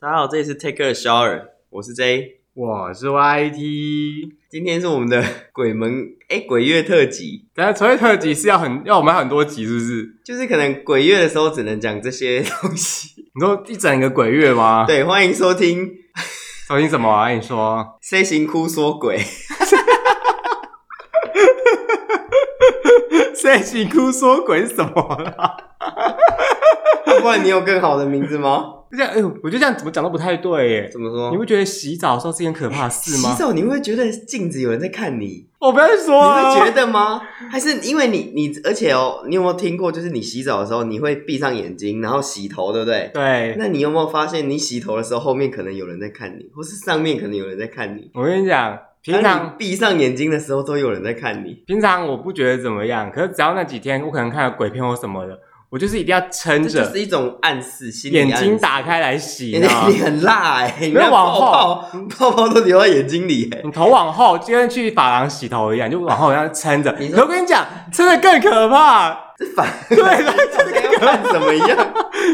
大家好，这里是 Take a Shower，我是 J，我是 YT。今天是我们的 鬼门哎、鬼月特辑，等下，所谓特辑是要很要我们很多集，是不是？就是可能鬼月的时候只能讲这些东西。你说一整个鬼月吗？，对，欢迎收听《小心什么啊？你说， C 型哭说鬼》谁辛哭说鬼是什么啊啦？不然你有更好的名字吗？这 样，哎呦，我觉得这样怎么讲都不太对耶。怎么说？你不觉得洗澡的时候是一件可怕的事吗洗？手你会觉得镜子有人在看你，我不要再说啊你了。会觉得吗？还是因为你你而且哦，你有没有听过？就是你洗澡的时候，你会闭上眼睛，然后洗头，对不对？对，那你有没有发现，你洗头的时候，后面可能有人在看你，或是上面可能有人在看你？我跟你讲，平当你常闭上眼睛的时候，都有人在看你，平常我不觉得怎么样，可是只要那几天我可能看了鬼片或什么的，我就是一定要撑这就着是一种暗示，心理眼睛暗示打，开来洗，啊眼你知道吗睛 你很辣哎、欸，你没有那往后泡泡泡泡都流到眼睛里哎、你头往后，就跟去发廊洗头一样，就往后这样撑着。你说可我跟你讲，撑的更 可怕，这反对，这这跟看什么一样？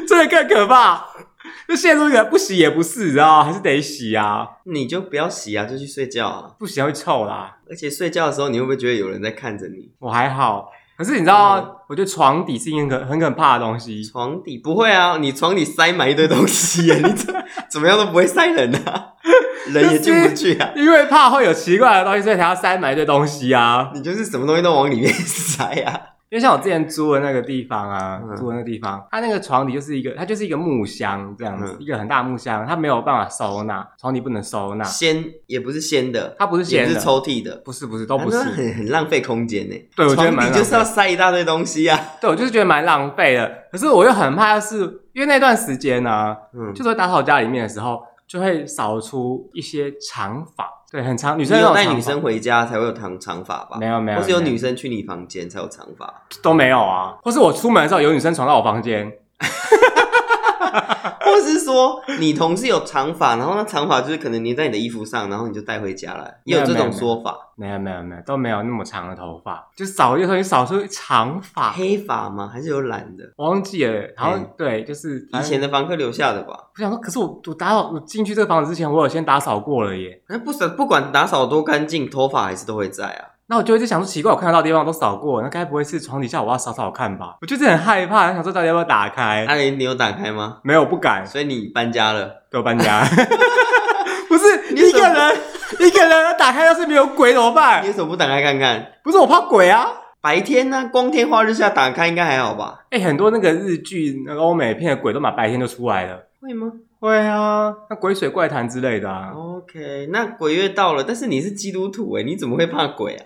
真的更可怕，就陷入一个不洗也不是，你知道吗还是得洗啊， 你就不要洗啊，就去睡觉啊。不洗会臭啦。而且睡觉的时候，你会不会觉得有人在看着你？我还好，可是你知道吗，嗯我觉得床底是一件很很可怕的东西。床底不会啊，你床底塞满一堆东西欸 耶，你怎怎么样都不会塞人 啊，人也进不去啊，因为怕会有奇怪的东西，所以才要塞满一堆东西啊。你就是什么东西都往里面塞啊。因为像我之前租的那个地方啊，嗯租的那个地方，它那个床底就是一个，它就是一个木箱这样子，嗯一个很大的木箱，它没有办法收纳，床底不能收纳，掀也不是掀的，它不是也闲不的，是抽屉的，不是不是都哦啊不那是，很很浪费空间呢。对我觉得床蛮底浪费就是要塞一大堆东西啊。对我就是觉得蛮浪费的。可是我又很怕，就是因为那段时间呢、嗯，就是打扫家里面的时候，就会扫出一些长发，对，很长，女你生有那种带长女发生回家才会有长长发吧？没有没有或是有没有女生去你房间才有长发，都没有啊，或是我出门的时候有女生闯到我房间，或是说你同事有长发，然后那长发就是可能粘在你的衣服上，然后你就带回家了，也有这没有没种有说法。没有没有没有都没有那么长的头发，就扫有时候就扫出长发，黑发吗？还是有染的？我忘记了，然后嗯对，就是以反正前的房客留下的吧。我想说，可是我我打扫我进去这个房子之前，我有先打扫过了耶。那不是不管打扫多干净，头发还是都会在啊。那我就一直想说，奇怪，我看得到的地方都扫过，那该不会是床底下我要扫扫看吧？我就是很害怕，想说到底要不要打开？那、啊你你有打开吗？没有，不敢，所以你搬家了，给我 搬家。不是你有一什么个人，一个人打开，要是没有鬼怎么你办为？什么不打开看看？不是我怕鬼啊！白天呢、光天化日下打开应该还好吧？哎、很多那个日剧、那个欧美片的鬼都嘛白天就出来了。会吗会啊，那鬼水怪谈之类的啊。 ？OK，那鬼月到了，但是你是基督徒哎，你怎么会怕鬼啊？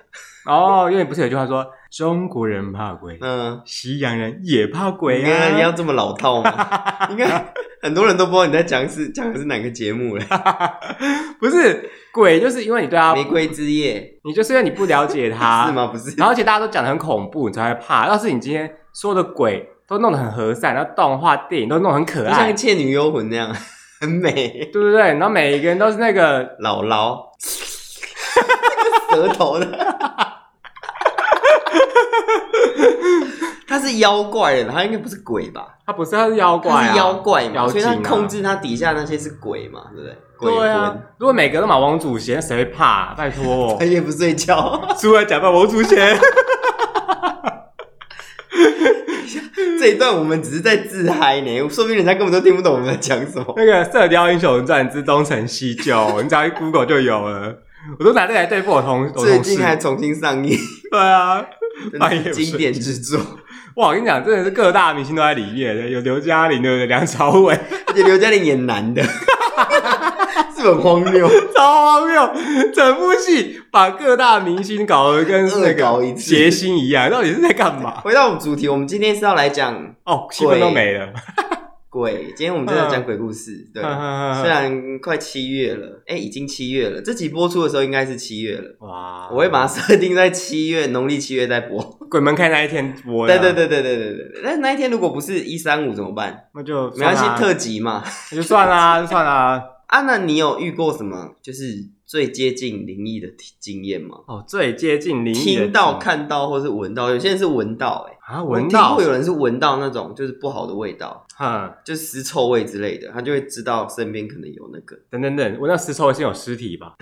哦，因为不是有句话说，中国人怕鬼，嗯，西洋人也怕鬼你看你要啊。这么老套吗？ 应该很多人都不知道你在讲是讲的是哪个节目了。不是鬼，就是因为你对他，玫瑰之夜你就是因为你不了解他， 是吗？不是然后而且大家都讲的很恐怖，你才会怕。要是你今天说的鬼都弄得很和善，然后动画电影都弄得很可就爱，像《倩女幽魂》那样，很美，对不对？然后每一个人都是那个，姥姥舌头的。他是妖怪人，他应该不是鬼吧？他不是他是妖怪、啊，他是妖怪嘛，妖所以他精啊控制他底下那些是鬼嘛，对不对？鬼对魂，啊。如果每个都马王祖贤，谁会怕啊、拜托他，也不睡觉，出来假扮王祖贤，这一段我们只是在自嗨呢，说不定人家根本都听不懂我们在讲什么。那个《射雕英雄传之东成西就》，你只要一 Google 就有了。我都拿这来对付我同我同事。最近还重新上映，对啊，真半夜的不是睡经典之作。哇！我跟你讲，真的是各大明星都在里面，有刘嘉玲，对不对？梁朝伟，而且刘嘉玲演男的，是不是很荒谬， 超荒谬！整部戏把各大明星搞得跟那恶搞一个次谐星一样，到底是在干嘛？回到我们主题，我们今天是要来讲哦，气氛都没了。鬼。今天我们真的要讲鬼故事，对。虽然快七月了，哎、已经七月了。这集播出的时候应该是七月了，哇我会把它设定在七月，农历七月再播。鬼门开那一天播对的，啊对对对对对对。但是那一天如果不是一三五怎么办？那就没关系算，啦特辑嘛。那就算啦，就算啦。啊，那你有遇过什么就是最接近灵异的体经验吗？哦，最接近灵异的经验听到、看到或是闻到，有些人是闻到、欸，哎，啊，闻到我听过有人是闻到那种就是不好的味道，哼，就是尸臭味之类的，他就会知道身边可能有那个。等等等，闻到尸臭先有尸体 吧？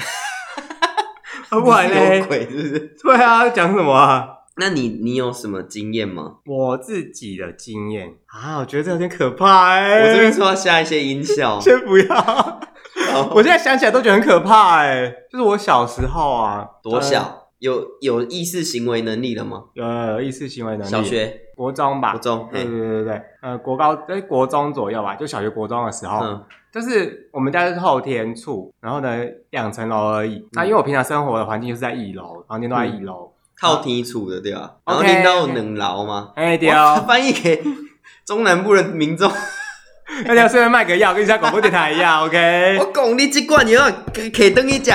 啊不然是有嘞，鬼是不是？对啊，讲什么啊？那你你有什么经验吗？我自己的经验啊，我觉得这有点可怕哎、，我这边说要下一些音效 啊哦先不要，好 我现在想起来都觉得很可怕哎、就是我小时候啊，多小？有有意识行为能力了吗？呃，有意识行为能力，小学、国中吧，国中，对嘿对对对，呃，国高哎国中左右吧，就小学国中的时候，嗯就是我们家是后天厝，然后呢两层楼而嗯已。那因为我平常生活的环境就是在一楼，房间都在一楼。靠天处的对吧？然后 OK，拎到 OK 冷牢吗？哎对哇哦，翻译给中南部的民众，那你要哎哦顺便卖个药，跟你家广播电台一 样，OK？哎我讲你这罐药摕等去食，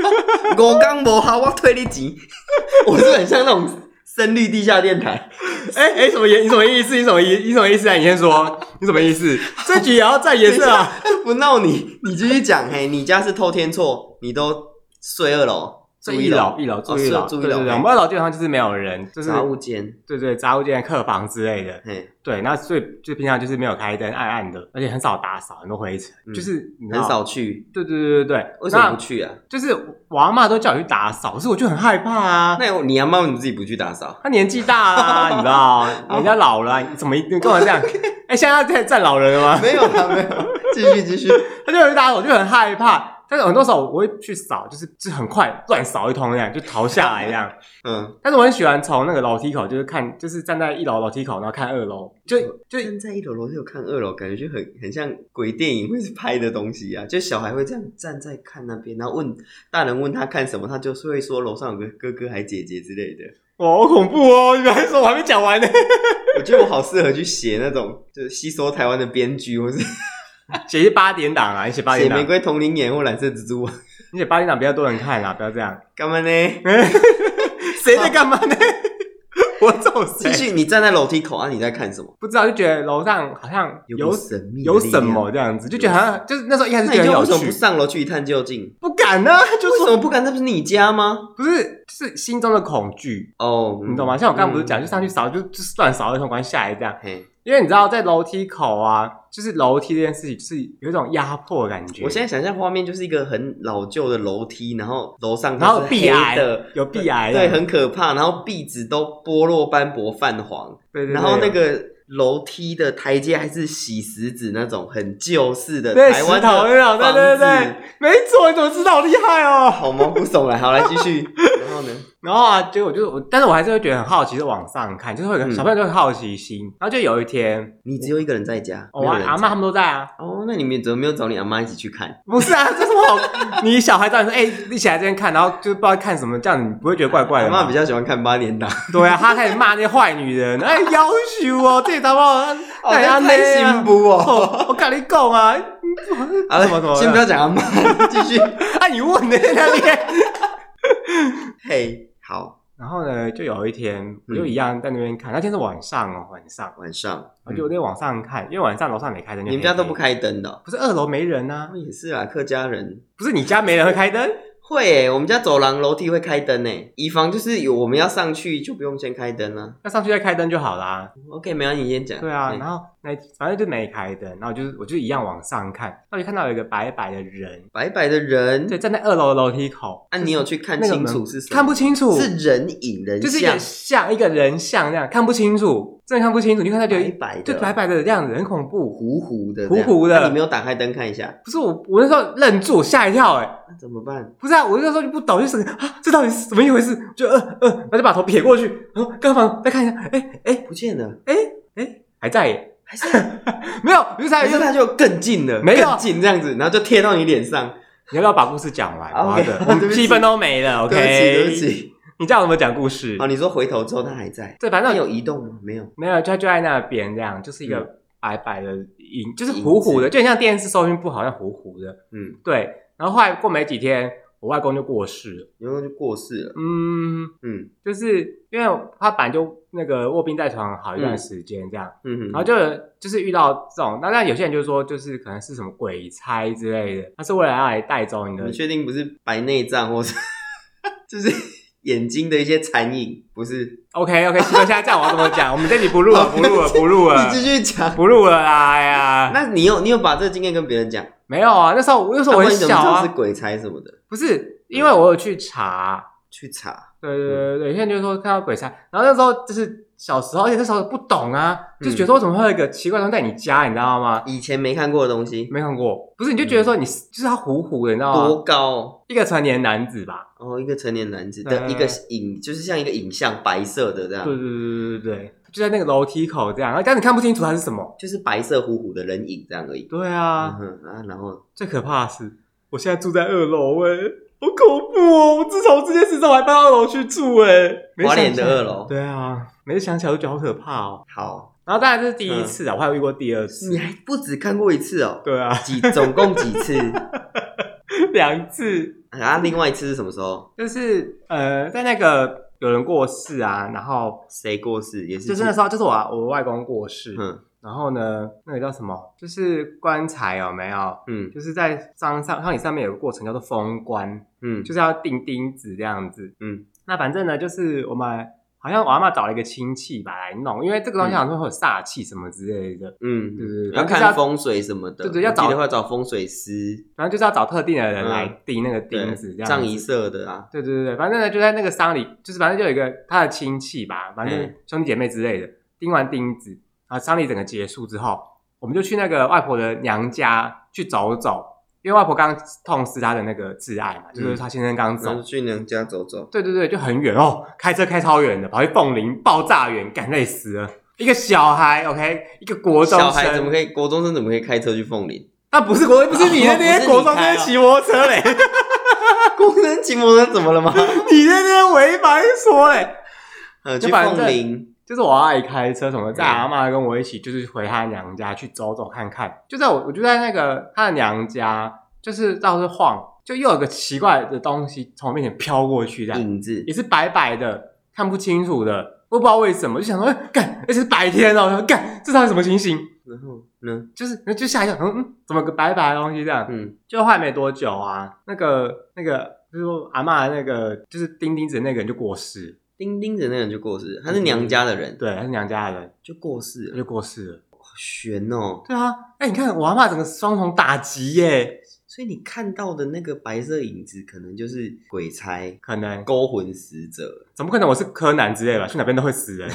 五天无效我退你钱。 我是很像那种深绿地下电台，哎哎，什么意？你什么意思？你什么意？你什么意思啊？你先说，你什么 意思？这局也要再颜色啊？ 不闹你，你继续讲嘿。你家是透天错，你都睡二楼，住住一楼，一楼，住一楼，哦是对住一对楼对，我们二楼基本上就是没有人，就是杂物间，对对杂物间、客房之类的。嘿，对，那所以就平常就是没有开灯，暗暗的，而且很少打扫，很多灰尘，嗯就是你知道很。少去，对对对对对，为什么那不去啊？就是我阿妈都叫我去打扫，可是我就很害怕啊。那你阿妈你自己不去打扫？她年纪大啦、你知道，人家老哦了啊、你怎么一定干嘛 这样？哎、现在在站老人了吗？ 没有啊，没有， 继续继续，她就有去打扫，我就很害怕。但是很多时候我会去扫，就是就是很快乱扫一通那样，就逃下来 这样。嗯，但是我很喜欢从那个楼梯口，就是看，就是站在一楼楼梯口，然后看二楼，就就站在一楼楼梯有看二楼，感觉就很很像鬼电影会拍的东西啊，就小孩会这样站在看那边，然后问大人问他看什么，他就是会说楼上有个哥哥还姐姐之 类的。哇，好恐怖哦！你还说我还没讲完呢，我觉得我好适合去写那种就是吸收台湾的编剧， 或是 写是八点档啊，你写八写点玫档，瑰同林眼或蓝色蜘蛛网，你写八点档比较多人看啊啦，不要这样。干嘛呢？ 谁在干嘛呢？ 我走继谁？续，你站在楼梯口啊，你在看什么？不知道，就觉得楼上好像有有股神秘的有力什量么？这样子，就觉得好像就是那时候一开始那觉你得就有为什么不趣，上楼去一探究竟？不敢呢、啊， 就为是什么不敢？那不是你家吗？不是是心中的恐惧，哦，你懂吗？像我刚刚不是讲，就上去扫，就就是乱扫一通，管下来这样。嗯嘿，因为你知道，在楼梯口啊，就是楼梯这件事情是有一种压迫的感觉。我现在想象画面就是一个很老旧的楼梯，然后楼上然后都是壁癌黑的，有壁癌对，啊很可怕。然后壁纸都剥落、斑驳、泛黄，对对对，然后那个楼梯的台阶还是洗石子那种很旧式的对台湾石头那的种对房对对子对，没错，你怎么知道？好厉害哦！好毛骨悚然。好，来继续。然后呢？然后啊，结果就是我，但是我还是会觉得很好奇，就往上看，就是会有个嗯小朋友就会好奇心。然后就有一天，你只有一个人在家， 我、没有人阿在妈他们都在啊，哦，那你们怎么没有找你阿妈一起去看？不是啊，这是我好，你小孩叫你说，哎、一起来这边看，然后就不知道看什么，这样你不会觉得怪怪啊阿的妈吗比？较喜欢看八点档， 对啊，他开始骂那些坏女人，哎，要求哦，这他妈，哎呀，像开心不？不哦？哦我跟你讲啊，好了 什么什么，先不要讲阿妈， 继续。啊，你问的在那边。嘿，好，然后呢，就有一嗯天，我就一样在那边看，那天是晚上哦，晚上，晚上我就在往上看，因为晚上楼上没开灯，嗯你们家都不，开灯的哦、不是二楼没人啊他，们也是啦，客家人不是你家没人会开灯，会诶、我们家走廊楼梯会开灯诶、以防就是有我们要上去就不用先开灯啦、那上去再开灯就好啦。 OK，没有你先讲。对啊，嗯然后那反正就没开灯，然后就是我就一样往上看，那我就看到有一个白白的人，白白的人，对，站在二楼的楼梯口，啊，你有去看那个清门楚是什么？看不清楚，是人影人就是一个像，像一个人像那样，看不清楚，真的看不清楚，你就看他就白一白的，就白白的这样子，很恐怖。糊糊的这糊样，啊糊的那你没有打开灯看一下，不是我，我那时候愣住，吓一跳、哎。那怎么办？不是啊，我那时候就不懂，就是啊，这到底是怎么一回事？就呃呃，然后就把头撇过去，然后刚好再看一下，哎哎不见了，哎哎，还在耶，还是 没有，就是还还是就是哎他就更近了，没有更近这样子，然后就贴到你脸上。你要不要把故事讲完？啊妈，OK，的，我 对们不气起氛都没了，OK，对不起，对不起。你这样怎么讲故事好，？你说回头之后他还在，对，反那正有移动吗？没有。没有，就就在那边这样，就是一嗯个白白的影，就是影糊糊子的，就很像电视收音不好，像糊糊的，嗯，对。然后后来过没几天，我外公就过世了。然后就过世了。嗯，嗯就是因为他本来就那个卧病在床好一段时间这样，嗯哼，然后就有就是遇到这种，那那有些人就说就是可能是什么鬼差之类的，他是为了要来带走你的你确定不是白内障，或是就是眼睛的一些残影？不是？ OK OK，现在这样我要怎么 讲？我们这里不录了，不录了，不录了哦你，继续讲。不录了啦！哎呀，那你有你有把这个经验跟别人讲？没有啊，那时候我那时候我那不很然你怎小么知道啊是，鬼才什么的？不是因为我有去查，去查，对对嗯对对，有些人就说看到鬼差，然后那时候就是小时候，而且那时候不懂啊，嗯就觉得说怎么会有一个奇怪的东西在你家，你知道吗？以前没看过的东西，没看过，不是你就觉得说你就是他糊糊的，你知道吗？嗯多高哦！一个成年男子吧，哦，一个成年男子的嗯一个影，就是像一个影像，白色的这对对样，对对对对，就在那个楼梯口这样，然后但你看不清楚它是什么。就是白色糊糊的人影这样而已。对啊，嗯哼啊，然后最可怕的是，我现在住在二楼哎、好恐怖哦！我自从这件事之后，还搬到二楼去住哎、没花想起莲的来二楼对啊，每次想起来都觉得好可怕哦。好，然后当然这是第一次啊，我还有遇过第二次嗯你。还不止看过一次哦，对啊， 几总共几次？ 两次，啊，另外一次是什么时候？就是呃，在那个有人过世啊，然后谁过世？也是就是那时候，就是我啊我外公过世，嗯然后呢，那个叫什么，就是棺材有没有？嗯就是在丧上丧礼上面有个过程叫做封棺，嗯就是要钉钉子这样子。嗯，那反正呢，就是我们好像我阿妈找了一个亲戚吧来弄，因为这个东西好像会有煞气什么之类的，对对嗯，对要反正就是要看风水什么的，对对要找我记得会找风水师，反正就是要找特定的人嗯来钉那个钉对子这，样葬子。仪社的啊，对对对对，反正呢就在那个丧礼，就是反正就有一个他的亲戚吧，反正嗯兄弟姐妹之类的，钉完钉子，然后丧礼整个结束之后，我们就去那个外婆的娘家去走走。因为外婆刚刚痛失她的那个挚爱嘛，就是嗯她先生刚走然后，去娘家走走。对对对，就很远哦，开车开超远的，跑去凤林爆炸远，赶累死了。一个小孩，OK，一个国中生，小孩怎么可以？以？国中生怎么可以开车去凤 林？那不是国，不是你哦在那不是边你国中开生哦骑摩托车嘞， 国中生骑摩托车怎么了吗？你在那边违反说嘞。 呃，就去反正凤林，就是我阿姨开车什么，嗯在阿妈跟我一起，就是回她娘家去走走看看。就在我，我就在那个她的娘家，就是到处晃，就又有个奇怪的东西从我面前飘过去，这样影子也是白白的，看不清楚的，我也不知道为什么，就想说哎干，而且是白天哦，我想说干，这到底什么情形？然后呢？就是就吓一跳，嗯嗯，怎么个白白的东西这样？嗯就后来没多久啊，那个那个就是说阿嬷的那个就是钉钉子的那个人就过世，钉钉子那个人就过世，他是娘家的人，嗯对，他是娘家的人，就过世他了，就过世了。好悬哦。对啊，哎、你看我阿嬷整个双重打击耶，所以你看到的那个白色影子，可能就是鬼差、 可能勾魂使者，怎么可能我是柯南之类吧？去哪边都会死人。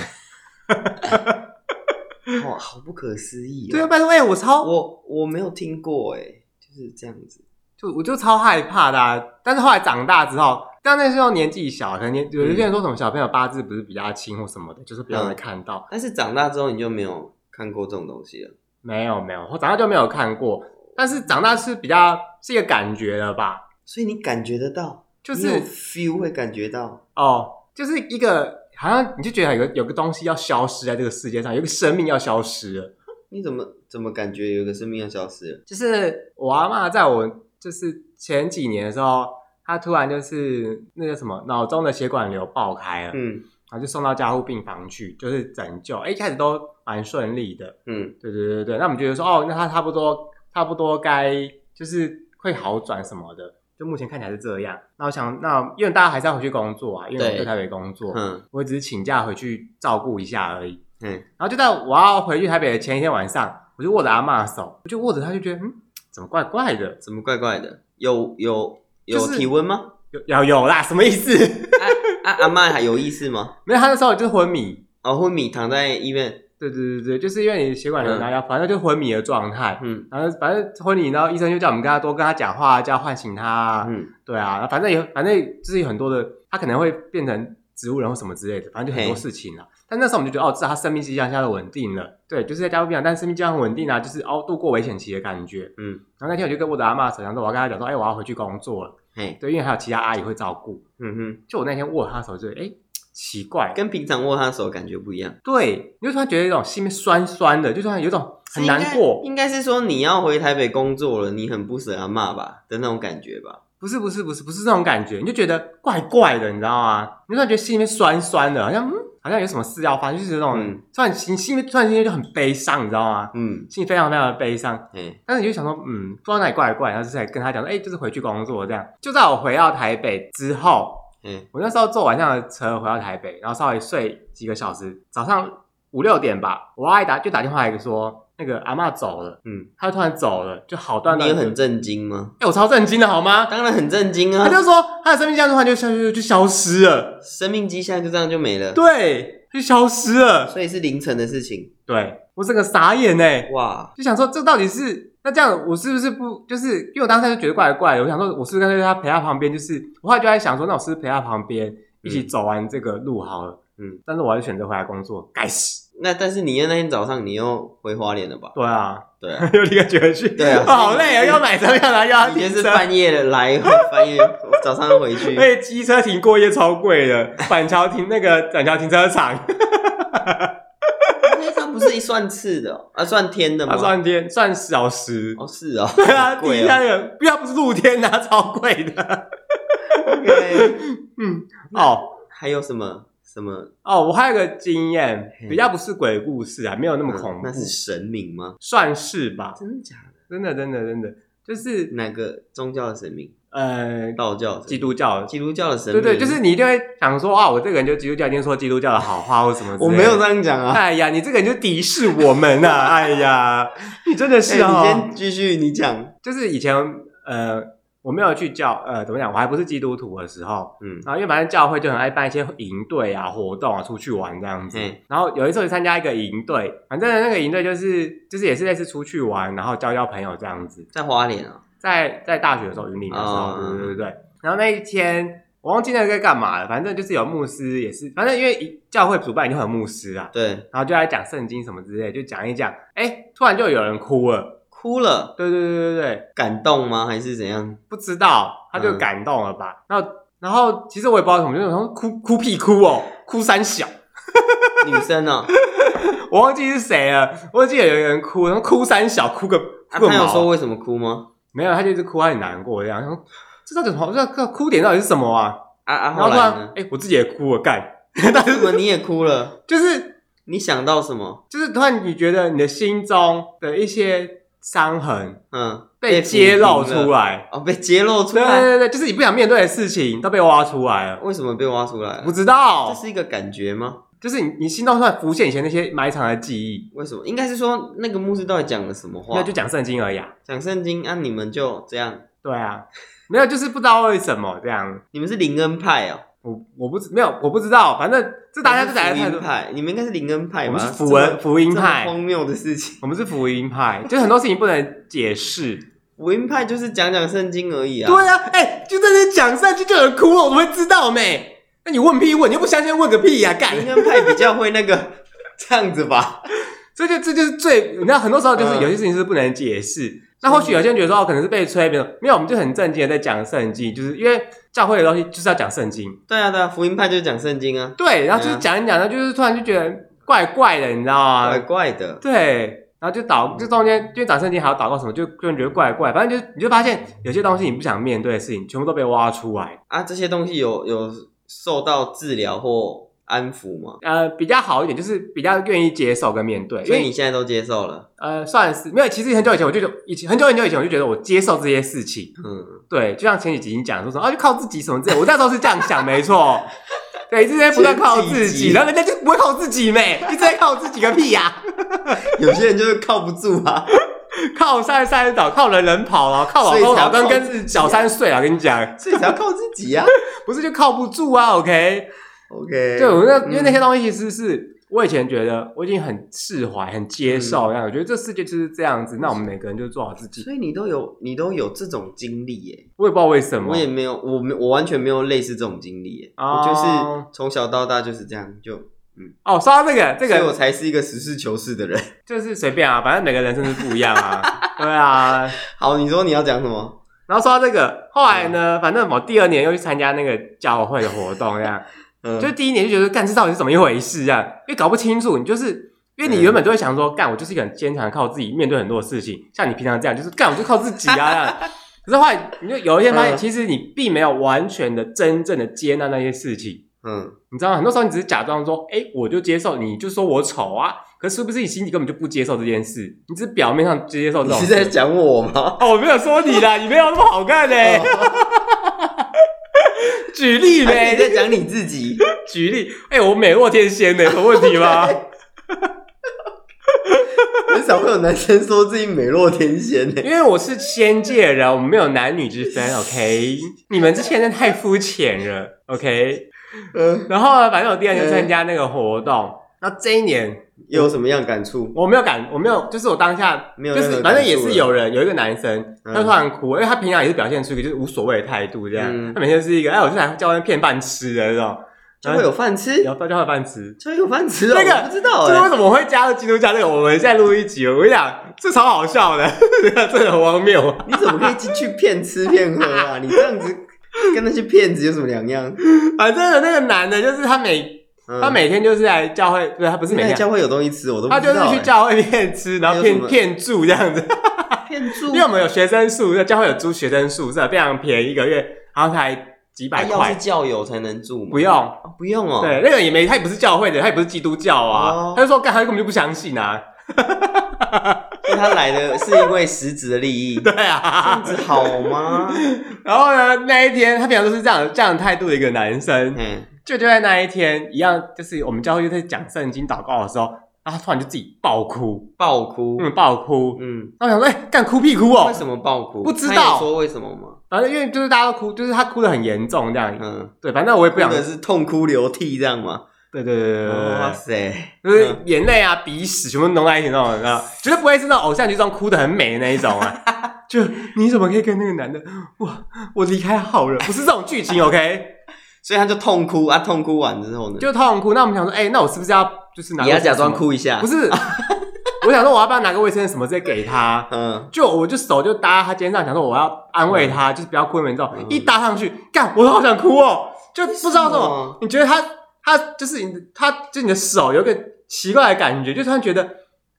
哦，好不可思议、哦。对啊，拜托，哎、我超我我没有听过哎、就是这样子。就我就超害怕的、啊。但是后来长大之后，但那时候年纪小，可能年有一些人说什么小朋友八字不是比较轻或什么的，就是不要来看到。但是长大之后你就没有看过这种东西了。没有没有，我长大就没有看过。但是长大是比较是一个感觉了吧，所以你感觉得到，就你有是 feel 会感觉到，哦，就是一个好像你就觉得有个有个东西要消失在这个世界上，有个生命要消失了。你怎么怎么感觉有一个生命要消失了？就是我阿嬷在我就是前几年的时候，她突然就是那个什么脑中的血管瘤爆开了，嗯然后就送到加护病房去，就是拯救。哎，一开始都蛮顺利的，嗯对对对对。那我们觉得说，哦，那他差不多差不多该就是会好转什么的，就目前看起来是这样。那我想，那因为大家还是要回去工作啊，因为我对在台北工作，嗯我只是请假回去照顾一下而已。嗯，然后就在我要回去台北的前一天晚上，我就握着阿嬷的手，我就握着她，就觉得嗯，怎么怪怪的？怎么怪怪的？有有有就是体温吗？有有有啦，什么意思？ 啊阿妈还有意识吗？没有，她那时候就是昏迷。哦，昏迷躺在医院，对对对对，就是因为你血管瘤拿药，反正就昏迷的状态。嗯然后反正婚礼，然后医生就叫我们跟他多跟他讲话，叫他唤醒他啊。嗯，对啊，然后反正也反正就是有很多的，他可能会变成植物人或什么之类的，反正就很多嘿事情啦。但那时候我们就觉得，哦，至少他生命迹象现在稳定了，对，就是在加护病房，但生命迹象很稳定啊，就是哦度过危险期的感觉。嗯，然后那天我就跟我的阿妈讲说，我要跟她讲说，哎，我要回去工作了，嘿，对，因为还有其他阿姨会照顾。嗯哼，就我那天握她的手就，哎，奇怪，跟平常握他的手感觉不一样，对，你就突然觉得一种心里面酸酸的，就突然有一种很难过，应该是说你要回台北工作了，你很不舍阿妈吧的那种感觉吧？不是不是不是不是那种感觉，你就觉得怪怪的，你知道吗？你突然觉得心里面酸酸的，好像嗯，好像有什么事要发生，就是那种、嗯突然心心里面突然间就很悲伤，你知道吗？嗯，心里非常非常的悲伤，哎，但是你就想说，嗯，不知道哪里怪怪，然后就是来跟他讲说，哎、就是回去工作这样。就在我回到台北之后，嗯，我那时候坐晚上的车回到台北，然后稍微睡几个小时，早上五六点吧，我阿姨打就打电话来说，那个阿嬷走了，嗯，她突然走了，就好断你断也续续，很震惊吗？哎、我超震惊的好吗？当然很震惊她啊！就说她的生命这样突然就消就就消失了，生命迹象就这样就没了，对，啊就消失了，所以是凌晨的事情。对我整个傻眼哎、哇，就想说这到底是那这样，我是不是不就是因为我当时就觉得怪怪的，我想说我是不是干脆他陪他旁边，就是我后来就在想说，那我是不是陪他旁边一起走完这个路好了。嗯，但是我还是选择回来工作，该死！那但是你又那天早上你又回花莲了吧？对啊， 对啊，又立刻决去，对啊哦好累啊，所以要买车票来，又要你停就是车，半夜的来，半夜早上回去 而。且机车停过夜超贵的，板桥停那个板桥停车场，哎那他不是一算次的哦、啊，算天的吗？他算天算小时，哦，是哦， 对好啊，第贵一那哦。个不要不是露天的，啊超贵的。 OK 嗯，哦，还有什么什么哦，我还有个经验，嘿比较不是鬼故事啊，没有那那么恐怖，那是神明吗？算是吧，真的假的？真的真的真的，就是哪个宗教的神明？呃，道教的神明、基督教，基督教的神对明？对，就是你一定会想说啊，我这个人就基督教，一定说基督教的 好话或什么，我没有。这样讲啊。哎呀，你这个人就敌视我们呐、 啊！哎呀，你真的是哎哦，你先继续，你讲。就是以前呃，我没有去教呃，怎么讲，我还不是基督徒的时候，嗯然后因为反正教会就很爱办一些营队啊、活动啊、出去玩这样子嗯。然后有一次我去参加一个营队，反正那个营队就是就是也是类似出去玩，然后交交朋友这样子。在花莲啊，在在大学的时候，云林的时候，哦对对对对。然后那一天我忘记那个在干嘛了，反正就是有牧师也是，反正因为教会主办已经会有牧师啊，对，然后就来讲圣经什么之类，就讲一讲，哎，突然就有人哭了。哭了，对对对对对，感动吗？还是怎 样？不知道，他就嗯感动了吧？然后，然后其实我也不知道怎么，就想说哭哭屁哭哦，哭三小，女生哦，我忘记是谁了，我忘记有一个人哭，然后哭三小，哭个啊，哭个他毛，有说为什么哭吗？没有，他就一直哭，他很难过这样，然后这到底什么？啊这个哭点到底是什么啊？啊啊，然后后突来然 呢，？哎，我自己也哭了，干，为什么你也哭了？就是你想到什么？就是突然你觉得你的心中的一些伤痕嗯，被抚揭露平了出来，哦，被揭露出对来，对对，就是你不想面对的事情都被挖出来了，为什么被挖出来不了？知道，这是一个感觉吗？就是你你心中突然浮现以前那些埋藏的记忆，为什么？应该是说那个牧师到底讲了什么没有话就？讲圣经而已、啊。讲圣经，啊，你们就这样，对啊，没有就是不知道为什么这样，你们是灵恩派哦，我我不知没有我不知道，反正这大家还就是大家福太音多，派，你们应该是灵恩派我吧？们是福文这么福音这么派，荒谬的事情，我们是福音派，就是很多事情不能解释。福音派就是讲讲圣经而已啊。对啊，哎、就在那讲上去就有人哭了，我怎么会知道没？那你问屁问，你又不相信问个屁呀、 干！灵恩派比较会那个 这样子吧？这就这就是最，你知道很多时候就是嗯有些事情是不能解释。那或许有些人觉得说，哦，可能是被催，没有没有，我们就很正经的在讲圣经，就是因为教会的东西就是要讲圣经，对啊，对啊，福音派就是讲圣经啊，对，然后就是嗯讲一讲，然后就是突然就觉得怪怪的，你知道吗？怪怪的。对，然后就祷，就中间就讲圣经还有祷告什么，就个人觉得怪怪，反正就你就发现有些东西你不想面对的事情，全部都被挖出来。啊，这些东西有有受到治疗或安抚吗？呃，比较好一点就是比较愿意接受跟面对，因所以为你现在都接受了，呃算是没有，其实很久以前我就觉得以前很久很久以前我就觉得我接受这些事情，嗯，对，就像前几集你讲说什么啊，就靠自己什么之类，我那时候是这样想，没 错。对，一直在不断靠自前几己，集然后人家就不会靠自己呗，一直在靠自己个屁呀、有些人就是靠不住啊， 靠山山倒，靠人人跑啊，靠老所公以才要老公靠跟小三睡啊，跟你讲，所以才要靠自己啊。不是就靠不住啊？OK， OK，对我那、因为那嗯些东西是是，我以前觉得我已经很释怀、很接嗯受，那、样我觉得这世界就是这样子，那我们每个人就做好自己。所以你都有你都有这种经历耶，我也不知道为什么，我也没有，我没我完全没有类似这种经历耶，哦我就是从小到大就是这样，就哦，说到这个，这所以我个才是一个实事求是的人。 就是随便啊，反正每个人生是不一样啊，对啊。好，你说你要讲什么？然后说到这个，后来呢，反正我第二年又去参加那个教会的活动，这样，嗯，就是第一年就觉得干这到底是怎么一回事啊，因为搞不清楚，你就是。因嗯为你原本就会想说，干我就是一个很坚强，靠自己面对很多事情。像你平常这样，就是干我就靠自己啊。这样可是后来你就有一天发现，嗯其实你并没有完全的真正的接纳那些事情，嗯，你知道吗？很多时候你只是假装说，哎、我就接受，你就说我丑啊，可是是不是你心里根本就不接受这件事？你只是表面上接受你这种是事。在讲我吗？哦，我没有说你啦，你没有那么好看呢、欸哦 举例还是呗 你，在讲你自己？举例。哎、我美若天仙欸呢、有什么问题吗？很少会有男生说自己美若天仙欸呢、 因为我是仙界人，我们没有男女之分，OK？你们这些人太肤浅了，OK？嗯，然后呢，反正我第二年就参加那个活动，那这一年有什么样感触？我没有感，我没有，就是我当下没有就任是何反正也感触是了有人有一个男生，嗯他突然哭，因为他平常也是表现出一个就是无所谓的态度，这样，嗯他每天就是一个哎，我就来教人骗饭吃的那种，就会有饭吃，然后教人饭吃。就会有饭吃哦。哎那个我不知道就是哎、为什么我会加入基督教这个？我们现在录一集，我跟你讲，这超好笑的， 这很荒谬啊！你怎么可以进去骗吃骗喝 啊？你这样子跟那些骗子有什么两样？反正那个男的，就是他每嗯他每天就是来教会，对他不是每那天，教会有东西吃，我都不他知就道、欸哎是去教会骗吃，然后有什骗么骗住 这样子。哎骗住因为我们有学生宿舍，教会有租学生宿舍，非常便宜，一个月好像才几啊百要是块，教友才能住吗？不用。哦不用哦。对，那个也没，他也不是教会的，他也不是基督教啊哦，他就说干，他根本就不相信啊。 所以他来的是因为实质的利益，这对啊样，子好吗？ 然后呢，那一天他平常都是这样这样态度的一个男生，嗯，就就在那一天一样，就是我们教会就在讲圣经祷告的时候，然后他突然就自己爆哭，爆哭，嗯，爆哭。嗯，然后我想说，哎、干哭屁哭哦为，什么爆哭？不知道他有说为什么吗？反正因为就是大家都哭，就是他哭得很严重这样。嗯，对，反正我也不哭想。的是哦嗯痛哭流涕这样吗？对对对对对对哇对，塞，就是眼泪啊、鼻屎全部弄在一起那种，你知道，绝对不会是那种偶像剧中哭得很美的那一种 啊。就你怎么可以跟那个男的，我我离开好了，不是这种剧情，OK？所以他就痛哭啊，痛哭完之后呢，就痛哭。那我们想说，哎、那我是不是要就是拿？你要假装，哭一下，不是？我想说，我要不要拿个卫生纸什么直接给他？嗯，就我就手就搭他肩上，想说我要安慰他，就是不要哭那么严重。嗯一搭上去，干，我好想哭哦，就不知道为什什么么。你觉得他他就是你的，他就你的手有一个奇怪的感觉，就突然觉得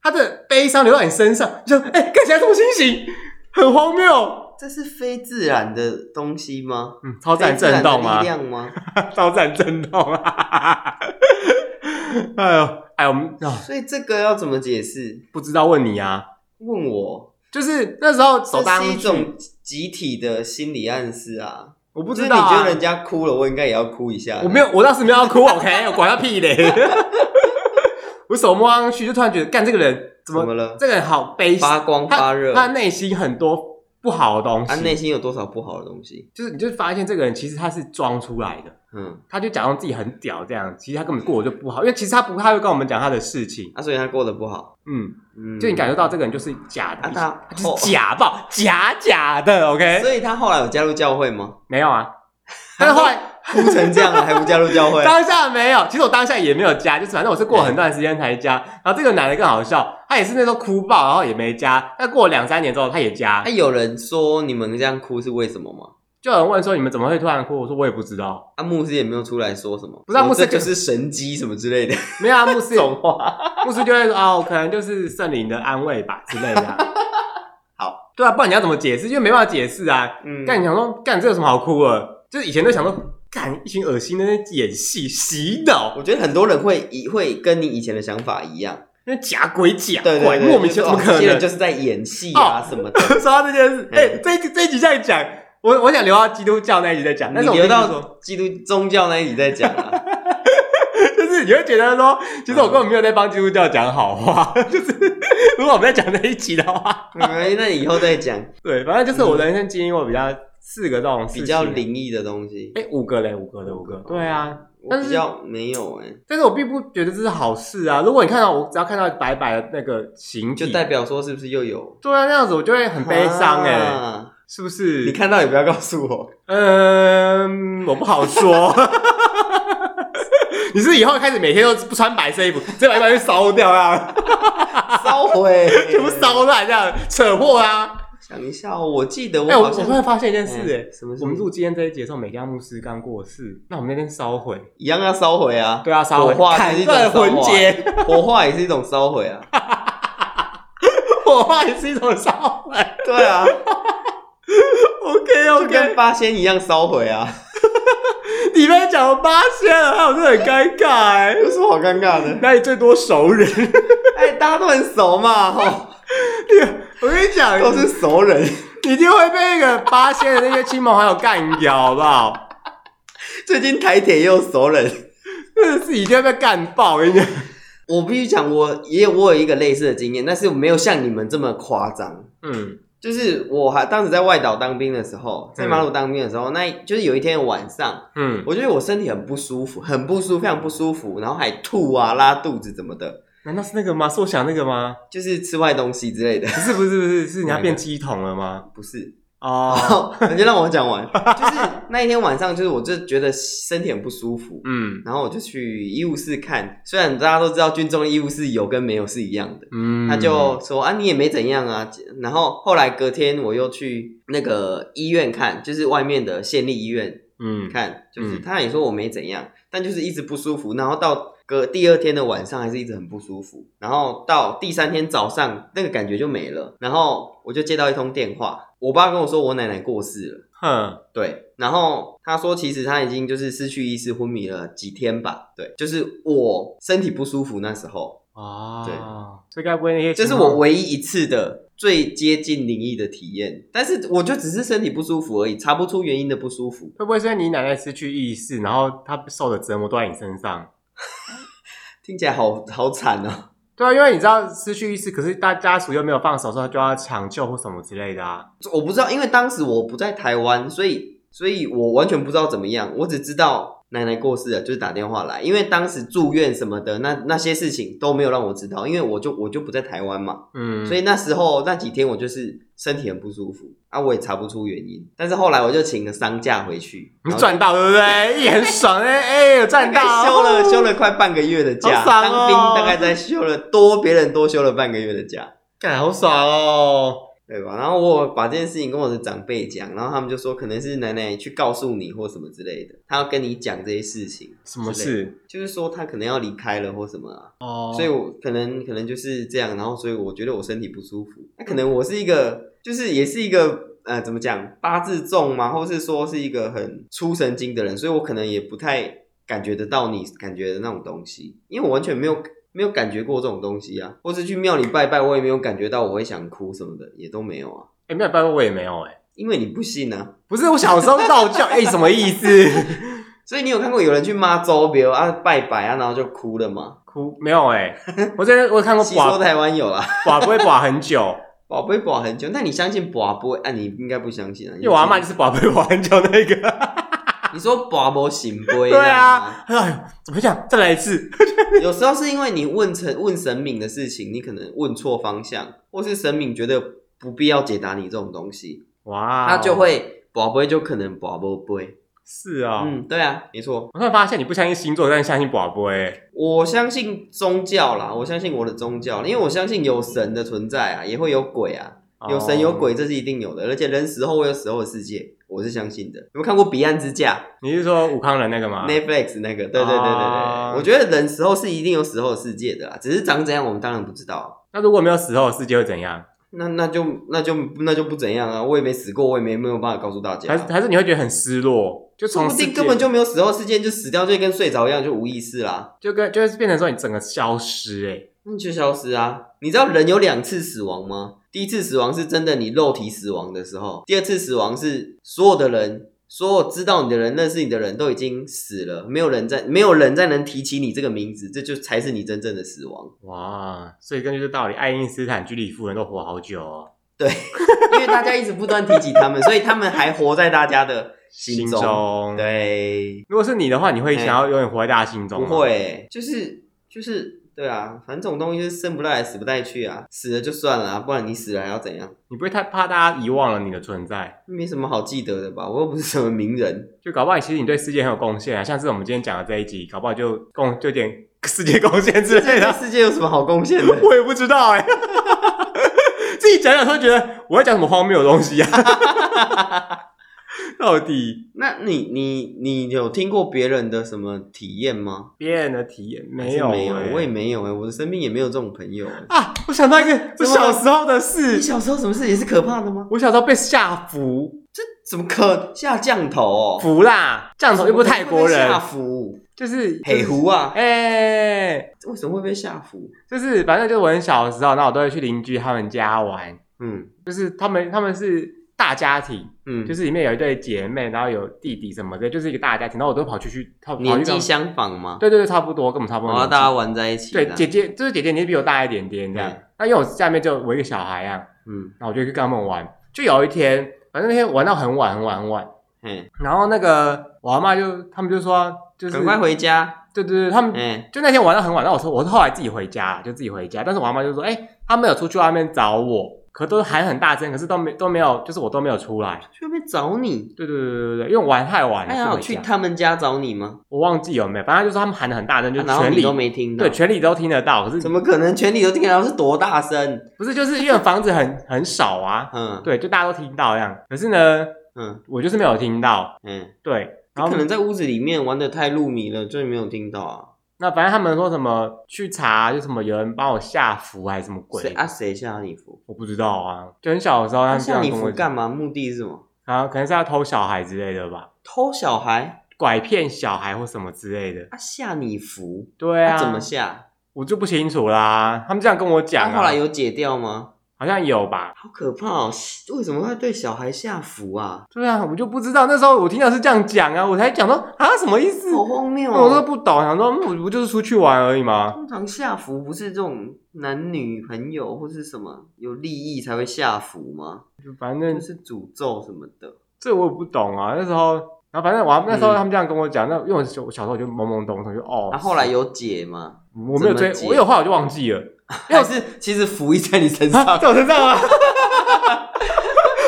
他的悲伤流到你身上，就哎、看起来什么情形，很荒谬。这是非自然的东西吗？嗯，超非赞自然震的动啊力，量吗？ 超赞震动啊！ 哎呦，哎，我们啊、所以这个要怎么解释？不知道问你啊，问我，就是那时候手搭这是上一去，种集体的心理暗示啊。我不不知道、啊，你觉得人家哭了，我应该也要哭一下。我没有，我当时没有要哭，OK，我管他 屁嘞。我手摸上去，就突然觉得，干这个人怎怎么，么了，这个人好悲发伤，光他发热，他他内心很多不好的东西，内心有多少不好的东西？就是你就发现这个人其实他是装出来的，嗯，他就假装自己很屌这样，其实他根本过得就不好，因为其实他不太会跟我们讲他的事情，啊，所以他过得不好。嗯，嗯，就你感觉到这个人就是假的，啊他哦他就是假爆，假假的，OK，所以他后来有加入教会吗？没有啊，但是 后来。哭成这样了，还不加入教会？ 当下没有，其实我当下也没有加，就是反正我是过很段时间才加。然后这个男的更好笑，他也是那时候哭爆，然后也没加。但过了两三年之后，他也加那、。有人说你们这样哭是为什么吗？就有人问说你们怎么会突然哭？我说我也不知道，啊，牧师也没有出来说什么，不是啊我牧师这就是神机什么之 类的。没 有啊，牧师牧师就会说哦，可能就是圣灵的安慰吧之类的 啊。好，对啊，不然你要怎么解释？因为没办法解释啊。嗯，干，你想说干这有什么好哭的？就是以前都想说干一群恶心的在演戏洗脑，我觉得很多人会以会跟你以前的想法一样，那假鬼假对对怪，对，莫名其妙，就怎么是可哦这些能哦人？ 就是在演戏啊什么的。说到这件事，哎、嗯这一这一集再讲，我我想留到基督教那一集再 讲，但是我你留必须说到基督宗教那一集再讲啊。 就是你会觉得说，其嗯实我根本没有在帮基督教讲好话， 就是如果我们在讲那一集的话，没关嗯系那以后再讲对，反正就是我人生经历过比较四个这种事嗯情比较，灵异的东西。哎、五个嘞，五个嘞，五个，对啊，我但是比较没有哎、但是我并不觉得这是好事啊。如果你看到我只要看到白白的那个形体，就代表说是不是又有对啊，那样子我就会很悲伤哎、啊是不是？你，看到也不要告诉我，嗯，我不好说。 你是以后开始每天都不穿白色衣服，这白白就烧掉啊， 烧毁，全部。烧烂这样，扯破啊！想一下哦，我记得我哎、我好我像突然发现一件事、哎哎、什么事我们录今天这一节的时候，美加牧师刚过世，那我们那天烧毁，一样要烧毁啊， 对啊，烧毁火，化就是砍一种断烧毁魂节，火化也是一种烧毁 啊。 火化也是一种烧毁，对啊， OK 就跟 OK，八仙一样烧毁啊，你们讲八仙了，害我真的很尴尬哎、 有什么好尴尬的？哪里最多熟人？ 哎，大家都很熟嘛， 哈，我跟你讲，都是熟人，你一定会被那个八仙的那些亲朋好友干掉，好不好？最近台铁也有熟人。真的是一定会被干爆，我跟你讲。我必须讲，我也有我有一个类似的经验，但是没有像你们这么夸张。嗯就是我还当时在外岛当兵的时候，在马鲁当兵的时候，那就是有一天晚上，嗯，我觉得我身体很不舒服，很不舒服，非常不舒服，然后还吐啊、拉肚子怎么的，难道是那个吗？是我想那个吗？就是吃坏东西之类的。不是不是不是，是你要变鸡桶了吗？不是， 哦，好，你就让我讲完。就是那一天晚上，就是我就觉得身体很不舒服，嗯然后我就去医务室看。虽然大家都知道军中的医务室有跟没有是一样的，嗯，他就说啊你也没怎样啊。然后后来隔天我又去那个医院看，就是外面的县立医院嗯看，就是嗯他也说我没怎样，但就是一直不舒服，然后到隔第二天的晚上还是一直很不舒服，然后到第三天早上那个感觉就没了，然后我就接到一通电话，我爸跟我说我奶奶过世了，哼对，然后他说其实他已经就是失去意识昏迷了几天吧，对，就是我身体不舒服那时候，哦，对，这该不会那些这亲是朋我唯一一次的。最接近灵异的体验，但是我就只是身体不舒服而已，查不出原因的不舒服。会不会是因为你奶奶失去意识，然后她受的折磨都在你身上？听起来好好惨哦。对啊，因为你知道失去意识，可是大家属又没有放手，所以就要抢救或什么之类的啊。我不知道，因为当时我不在台湾，所以所以我完全不知道怎么样。我只知道奶奶过世了，就是打电话来，因为当时住院什么的，那那些事情都没有让我知道，因为我就我就不在台湾嘛，嗯，所以那时候那几天我就是身体很不舒服啊，我也查不出原因。但是后来我就请了丧假回去，你然后赚到对不 对？也很爽哎、哎、有赚大到，概休了休了快半个月的假，好爽当哦兵大概在休了多别人多休了半个月的假。干好爽哦！对吧？然后我把这件事情跟我的长辈讲，然后他们就说可能是奶奶去告诉你或什么之类的，她要跟你讲这些事情，什么事？就是说她可能要离开了或什么啊，哦，所以我可能可能就是这样，然后所以我觉得我身体不舒服，那可能我是一个就是也是一个呃怎么讲八字重嘛，或是说是一个很出神经的人，所以我可能也不太感觉得到你感觉的那种东西，因为我完全没有。没有感觉过这种东西啊，或是去庙里拜拜，我也没有感觉到我会想哭什么的，也都没有啊。哎、没有拜拜我也没有哎、因为你不信啊，不是我小时候道 教哎、什么意思？所以你有看过有人去骂周比如啊拜拜啊，然后就哭了吗？哭没有 哎、我真的我看过吸收寡台湾有啦，寡不会寡很久， 宝贝宝很久，那你相信宝贝？啊，你应该不相信啊，因因为我阿妈就是寡不会寡很久那个。你说宝宝行杯，对啊，， 哎呦，怎么会这样？再来一次。 有时候是因为你问神问神明的事情，你可能问错方向，或是神明觉得不必要解答你这种东西，哇哦，他就会宝贝就可能宝贝。是啊、嗯，对啊，没错，我突然发现你不相信星座，但是相信寡不哎。我相信宗教啦，我相信我的宗教，因为我相信有神的存在啊，也会有鬼啊。有神有哦鬼，这是一定有的，而且人死后会有死后的世界，我是相信的。有没有看过《彼岸之架哦你是说武康人那个》吗？ Netflix 那个？对对对对对，啊我觉得人死后是一定有死后的世界的啦，只是长怎样我们当然不知道。那如果没有死后，世界会怎样？那那就那就那就不怎样啊！我也没死过，我也没没有办法告诉大家还是。还是你会觉得很失落？就哦说从不世定界根本就没有死后世界，就死掉就跟睡着一样，就无意识啦，就跟就是变成说你整个消失哎、那就消失啊！你知道人有两次死亡吗？第一次死亡是真的你肉体死亡的时候，第二次死亡是所有的人、所有知道你的人、认识你的人都已经死了，没有人再没有人再能提起你这个名字，这就才是你真正的死亡。哇，所以根据这道理，爱因斯坦、居里夫人都活好久哦，对，因为大家一直不断提起他们，所以他们还活在大家的心中。中。对，如果是你的话，你会想要永远活在大家心中不吗？会，就是就是。对啊，反正这种东西是生不带来死不带去啊，死了就算了、啊，不然你死了还要怎样？你不会太怕大家遗忘了你的存在？没什么好记得的吧？我又不是什么名人，就搞不好其实你对世界很有贡献啊，像是我们今天讲的这一集，搞不好就贡就有点世界贡献之类对啊的。世界有什么好贡献的？ 我也不知道哎、 自己讲讲都觉得我要讲什么荒谬的东西啊！ 到底 那你你你有听过别人的什么体验吗？别人的体验还没是有、没有，我也欸没有哎、我的身边也没有这种朋友、 欸。啊！我想到一个我怎么小时候的你事，小时候什么事也是可怕的吗？我小时候被吓服，这怎么可下降头哦？服啦，降头又不是泰国为什么会被人下，服，就是北湖啊，哎、为什么会被下服？就是反正就是我很小的时候，那我都会去邻居他们家玩，嗯就是他们他们是大家庭，嗯，就是里面有一对姐妹，然后有弟弟什么的，就是一个大家庭，然后我都跑去去跑跑去年纪跟相仿嘛，对对对，差不多，跟我们差不多然后年纪。哦大家玩在一起，对这样姐姐，就是姐姐年纪比我大一点点这样嗯。那因为我下面就我一个小孩啊，嗯然后我就去跟他们玩。就有一天，反正那天玩到很晚很晚很晚，嘿，然后那个我阿妈就他们就说，就是赶快回家，对对对，他们哎，就那天玩到很晚，然后我说我是后来自己回家，就自己回家。但是我阿妈就说，哎、他们有出去外面找我，可都喊很大声，可是都没都没有，就是我都没有出来。去那边找你，对对对对对，因为我玩太晚了，他就有回哎去家他们家找你吗？我忘记有没有，反正就是他们喊的很大声，就啊然后全你里、都没听到对，全里都听得到。可 是怎么可能全体都听得到？是多大声？不是就是因为房子很 很少啊，嗯，，对，就大家都听到这样。可是呢，嗯我就是没有听到，嗯，对。然你后可能在屋子里面玩的太入迷了，所以没有听到啊。那反正他们说什么去查，就什么有人帮我下符还是什么鬼谁，啊？谁下你服？我不知道啊。就很小的时候他他们这样下你跟我服讲，干嘛？目的是什么？然后可能是要偷小孩之类的吧，偷小孩？拐骗小孩或什么之类的。啊，下你服？对啊，他怎么下？我就不清楚啦。他们这样跟我讲、他啊，后来有解掉吗？好像有吧？好可怕哦！为什么会对小孩下服啊？对啊，我就不知道。那时候我听到是这样讲啊，我才讲说啊什么意思？好荒谬我都哦！不懂，想说嗯我不就是出去玩而已吗？通常下服不是这种男女朋友或是什么有利益才会下服吗？就反就正是诅咒什么的。这我也不懂啊。那时候，然后反正我那时候嗯他们这样跟我讲，那因为我小我小时候我就懵懵懂懂，就哦。那、后来有解吗？我没有追啊怎么，解我有话我就忘 记了。还是其实服役在你身 上？在我身上吗？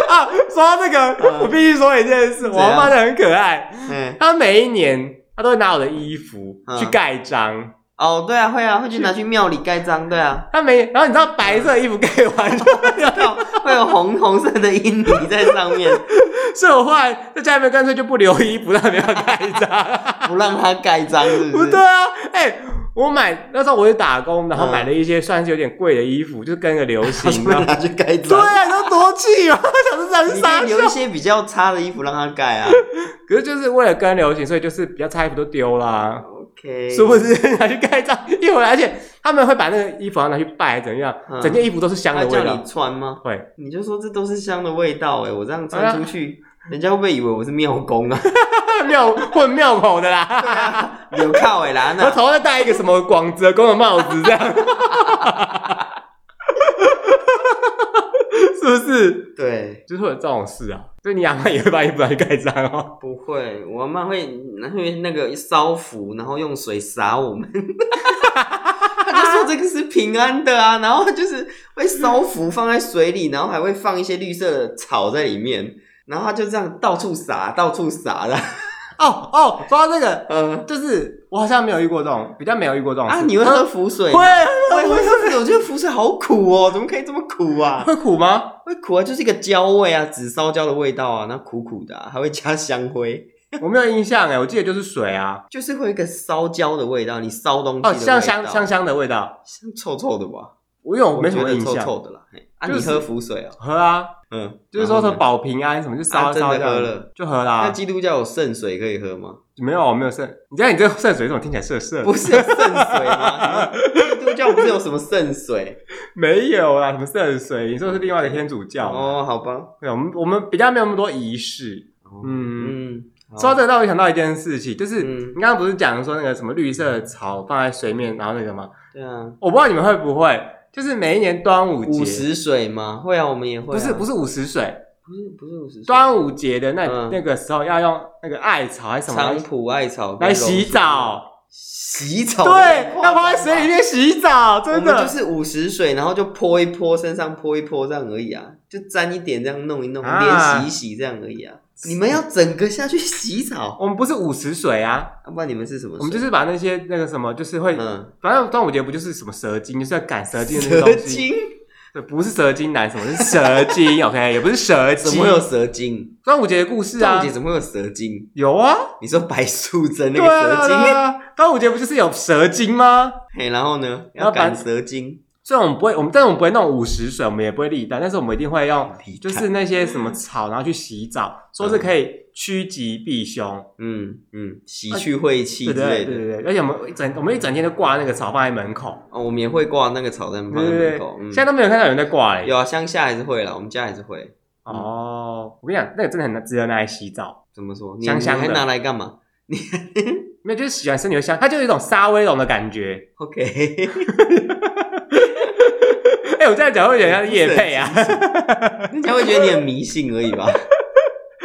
啊，说到这个，嗯我必须说一件事，我怎样妈真的很可爱，嗯，她每一年她都会拿我的衣服嗯去盖章，哦，对啊，会啊，会去拿去庙里盖章，对啊，她每然后你知道白色衣服盖 完，啊会有红红色的印泥在上面， 所以我后来在家里面干脆就不留衣服，让别人盖章。不让他盖章，是不 不是？对啊，哎、我买那时候我是打工，然后嗯买了一些算是有点贵的衣服，就是跟个流他是行不是的。拿去盖 对章？啊，你说多气啊！ 我想说这你可是傻以留一笑，些比较差的衣服让他盖啊。可是就是为了跟流行，所以就是比较差衣服都丢啦。 OK，殊不知 拿去盖章，一回来，而且他们会把那个衣服然后拿去拜，怎样？嗯整件衣服都是香他的味叫道你。穿吗？会，你就说这都是香的味道、欸，哎，我这样穿出去，人家会不会以为我是庙公啊？ 庙混庙口的 啦。有靠哎、欸，兰我啊，头上再戴一个什么广泽宫的帽子，这样， 是不是？对，就是会有这种事啊。所以你阿妈也会把衣服拿去盖章哦。不会，我妈会拿会那个烧符，然后用水洒我们。 她就说这个是平安的啊，然后就是会烧符放在水里，然后还会放一些绿色的草在里面，然后她就这样到处撒，到处撒的。哦哦，说到这个，呃，就是我好像没有遇过这种，比较没有遇过这种事啊，你会喝符水吗？嗯会啊我也会会喝符水，我觉得符水好苦哦，怎么可以这么苦啊？ 会苦吗？会苦啊，就是一个焦味啊，紫烧焦的味道啊，那苦苦的、啊，还会加香灰，我没有印象哎，我记得就是水啊，就是会有一个烧焦的味道，你烧东西的哦，味道，香香香香的味道。像臭臭的吧？我因为我没什么我觉印得象。臭臭的啦。嘿啊，就是你喝符水哦？喝啊，嗯，就是说然什么后呢保平安什么，就烧啊真的烧掉喝了就喝啦那。基督教有圣水可以喝吗？ 没有没有圣，你知道你这圣水怎么听起来涩涩？不是有圣水吗？基督教不是有什么圣水？没有啦，什么圣水？你说是另外一个天主教哦。哦，好吧。对，我们我们比较没有那么多仪式。嗯，嗯，好说到这个，让我想到一件事情，就是嗯你刚刚不是讲说那个什么绿色的草放在水面，然后那个吗？对啊，我不知道你们会不会，就是每一年端午节，五十水吗？会啊，我们也会啊。不是不是是五十水，不是不是五十水，端午节的那嗯那个时候要用那个艾草还是什么菖来蒲艾草跟来龙洗须澡。洗澡对，放要泡在水里。面洗澡，我真们的。就是五十水，然后就泼一泼，身上泼一泼这样而已啊，就沾一点这样弄一弄，啊脸洗一洗这样而已啊。你们要整个下去洗澡，我们不是五十水啊，要、不然你们是什么水？我们就是把那些那个什么，就是会，嗯，反正端午节不就是什么蛇精，就是要赶蛇精的那蛇个东西。精对，不是蛇精男什么，是蛇精，OK，也不是蛇怎精么。会有蛇精？端午节的故事端啊午节，怎么会有蛇精？有啊，你说白素贞那对个啊，蛇对精，啊，端午节不就是有蛇精吗？嘿，然后呢，然要后把赶蛇精，虽然我们不会，我们但是我们不会弄五十水，我们也不会沥干，但是我们一定会用沥干就是那些什么草，然后去洗澡，说是可以趋吉避凶，嗯嗯，洗去晦气啊对之不对类对的。对对，而且我们一整我们一整天就挂那个草放在门口，哦，我们也会挂那个草在放对在对门对口，，嗯现在都没有看到有人在挂嘞。有啊，乡下还是会啦，我们家还是会。嗯哦，我跟你讲，那个真的很值得拿来洗澡，怎么说？你香香的你还拿来干嘛没有就是洗完身体会香，它就有一种沙威龙的感觉。 ？OK，哎，我这样讲会有点像夜配啊。人家会觉得你很迷信而已吧？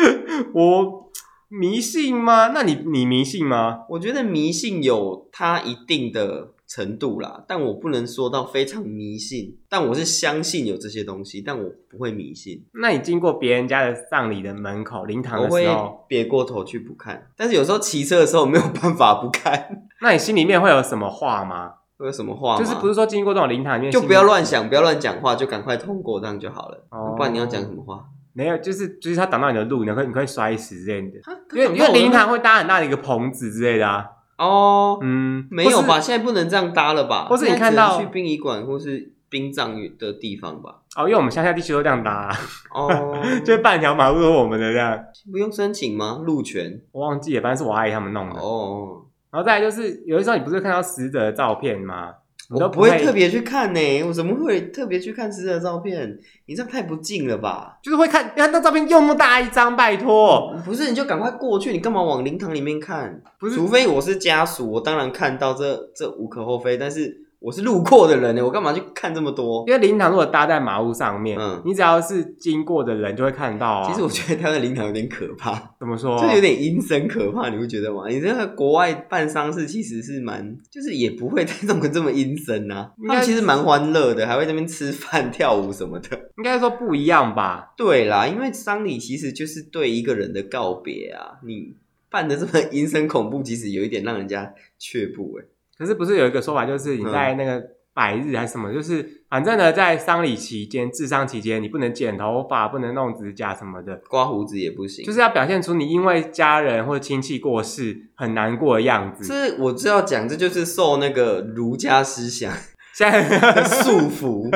我迷信吗？那你你迷信吗？我觉得迷信有它一定的程度啦，但我不能说到非常迷信，但我是相信有这些东西，但我不会迷信，那你经过别人家的葬礼的门口、灵堂我的会时候，别过头去不看。但是有时候骑车的时候没有办法不看，那你心里面会有什么话吗？会有什么话吗？就是不是说经过这种灵堂里面哦就心里不要乱想，不要乱讲话，就赶快通过，这样就好了。哦不然你要讲什么话？没有，就是就是他挡到你的路，你会你会摔死之类的。啊因为因为灵堂会搭很大的一个棚子之类的啊，哦，嗯，没有或是吧？现在不能这样搭了吧？或是你现在看只能到去殡仪馆或是殡葬的地方 吧？哦，因为我们乡下地区都这样搭、啊，哦， 就是半条马路都是我们的这样。不用申请吗？路权？我忘记了，反正是我阿姨他们弄的。哦，然后再来就是，有的时候你不是会看到死者的照片吗？你我都不会太特，别去看呢、我怎么会特别去看死者照片？你这样太不敬了吧？就是会看，看那照片又那么大一张，拜托，不是，你就赶快过去，你干嘛往灵堂里面看？不是除非我是家属，我当然看到这这无可厚非，但是我是路过的人呢、我干嘛去看这么多？因为灵堂如果搭在马路上面，嗯你只要是经过的人就会看到啊。其实我觉得他的灵堂有点可怕，怎么说，就有点阴森可怕，你不觉得吗？你这个国外办丧事其实是蛮，就是也不会弄得这么阴森呐、应他该们其实蛮欢乐的，还会在那边吃饭、跳舞什么的。应该说不一样吧？对啦，因为丧礼其实就是对一个人的告别啊，你办的这么 阴森恐怖，其实有一点让人家却步哎、可是不是有一个说法，就是嗯你在那个百日还是什么，就是反正呢，在丧礼期间、治丧期间，你不能剪头发，不能弄指甲什么的，刮胡子也不行。就是要表现出你因为家人或亲戚过世很难过的样嗯子。这我知道讲，这就是受那个儒家思想现的在 束缚，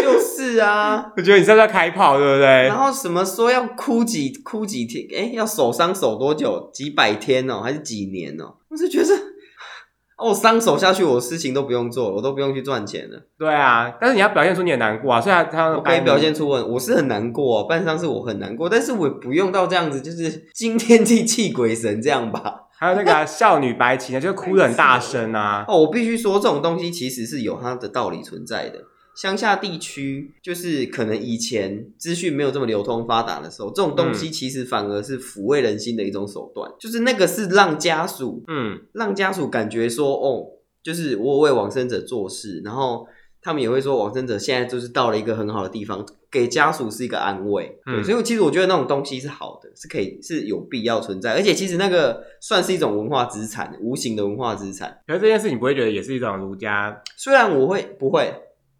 就是啊。我觉得你是不是要开炮，对不对然？后什么说要哭几哭几天，哎，要守丧守多久？几百天哦，还是几年哦？我是觉得这， 哦，我丧守下去，我事情都不用做了，我都不用去赚钱了。对啊，但是你要表现出你很难过啊，所以他他我可以表现出我我是很难过、啊，办丧事我很难过，但是我也不用到这样子，就是惊天地泣鬼神这样吧。 还有那个啊、少女白琴啊，就是哭得很大声啊。哦，我必须说，这种东西其实是有它的道理存在的。乡下地区就是可能以前资讯没有这么流通发达的时候，这种东西其实反而是抚慰人心的一种手段，就是那个是让家属嗯，让家属感觉说，哦，就是我有为往生者做事，然后他们也会说，往生者现在就是到了一个很好的地方，给家属是一个安慰。对，嗯所以我其实我觉得那种东西是好的，是可以是有必要存在，而且其实那个算是一种文化资产，无形的文化资产。可是这件事你不会觉得也是一种儒家，虽然我会不会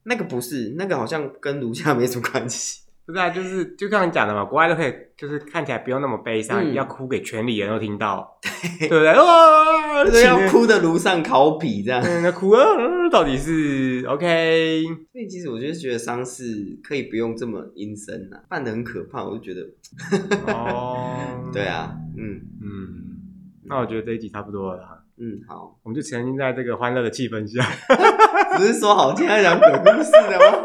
那个不是那个好像跟儒家没什么关系，不是啊？就是就像你讲的嘛，国外都可以，就是看起来不用那么悲伤，嗯要哭给全里人都 听到，对不对？哇，就是 要请哭的如上烤比这样。嗯，那哭啊，到底是 OK？所以其实我就觉得丧事可以不用这么阴森呐、办的很可怕，我就觉得哦，对，啊，嗯。嗯，那我觉得这一集差不多了啦，嗯，好，我们就沉浸在这个欢乐的气氛下。 不是说好今天要讲鬼故事的 吗？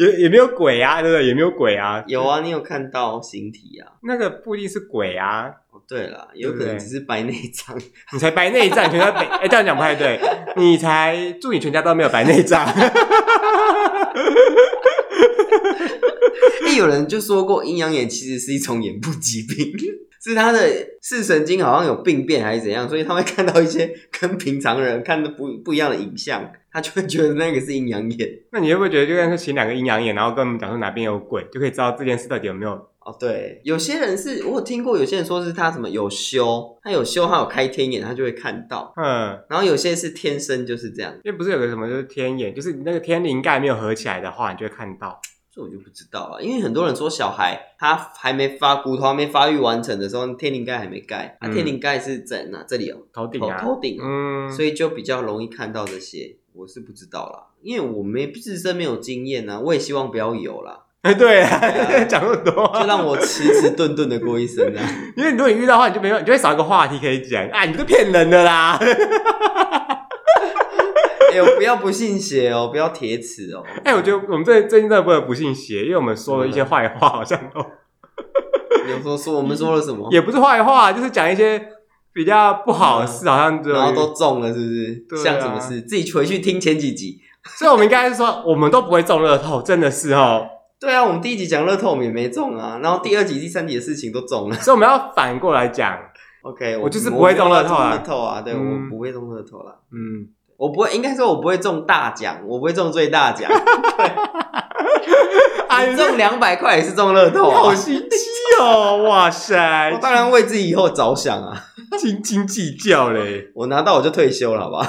也也没有鬼啊，对不对？也没有鬼啊，有啊，你有看到形体啊？那个不一定是鬼啊，哦，对了，有可能只是白内障。 你才白内障，全家白，哎、这样讲不太对，你才祝你全家都没有白内障，哎、有人就说过阴阳眼其实是一种眼部疾病， 是他的视神经好像有病变还是怎样，所以他会看到一些跟平常人看的不不一样的影像，他就会觉得那个是阴阳眼。那你会不会觉得就干脆请两个阴阳眼，然后跟我们讲说哪边有鬼，就可以知道这件事到底有没有？哦，对，有些人是我有听过，有些人说是他什么有修，他有修，他有开天眼，他就会看到。嗯，然后有些是天生就是这样，因为不是有个什么就是天眼，就是你那个天灵盖没有合起来的话，你就会看到。这我就不知道了，因为很多人说小孩他还没发骨头还没发育完成的时候，天灵盖还没盖，啊，嗯天灵盖是在哪？这里哦，头顶头啊，头顶哦，嗯，所以就比较容易看到这些。我是不知道啦，因为我没自身没有经验啊呐、我也希望不要有 啦，以对啊，啊 讲那么多，就让我迟迟顿顿的过一生啊。 因为如果你遇到的话，你就没有，你就会少一个话题可以讲啊，你这个骗人的啦。 哎呦，不要不信邪哦，不要铁齿哦。哎、我觉得我们最最近真的不能不信邪，因为我们说了一些坏话，好像都你有说说我们说了什么，也不是坏话，就是讲一些比较不好的事，好像嗯就然后都中了，是不是？对啊像什么事？自己回去听前几集。所以我们应该是说，我们都不会中乐透，真的是哦。对啊，我们第一集讲乐透，我们也没中啊。然后第二集、第三集的事情都中了。所以我们要反过来讲， OK，我就是不会中乐透啊我没有中乐透啊，对，嗯我不会中乐透啦。嗯，我不会，应该说我不会中大奖，我不会中最大奖。 哎你中两百块也是中乐透好啊！心机 哦，哇塞我，当然为自己以后着想啊！斤斤计较嘞。我拿到我就退休了，好不好？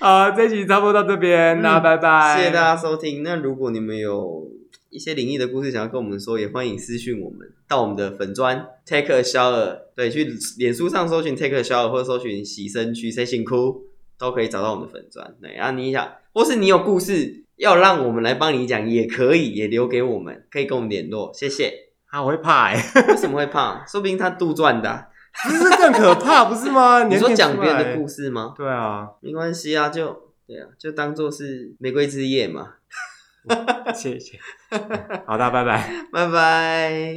啊，这集差不多到这边，那嗯拜拜，谢谢大家收听。那如果你们有一些灵异的故事想要跟我们说，也欢迎私讯我们到我们的粉砖 Take a Shower，对，去脸书上搜寻 Take a Shower 或者搜寻洗身区 C 辛哭，都可以找到我们的粉砖。对，啊，你想，或是你有故事要让我们来帮你讲，也可以，也留给我们，可以跟我们联络，谢谢。啊，我会怕 哎、为什么会胖？说不定他杜撰的啊、不是更可怕，不是吗？ 你说讲别人的事，故事吗？对啊，没关系啊，就对啊，就当做是玫瑰之夜嘛。 谢谢，好的，拜拜。拜拜。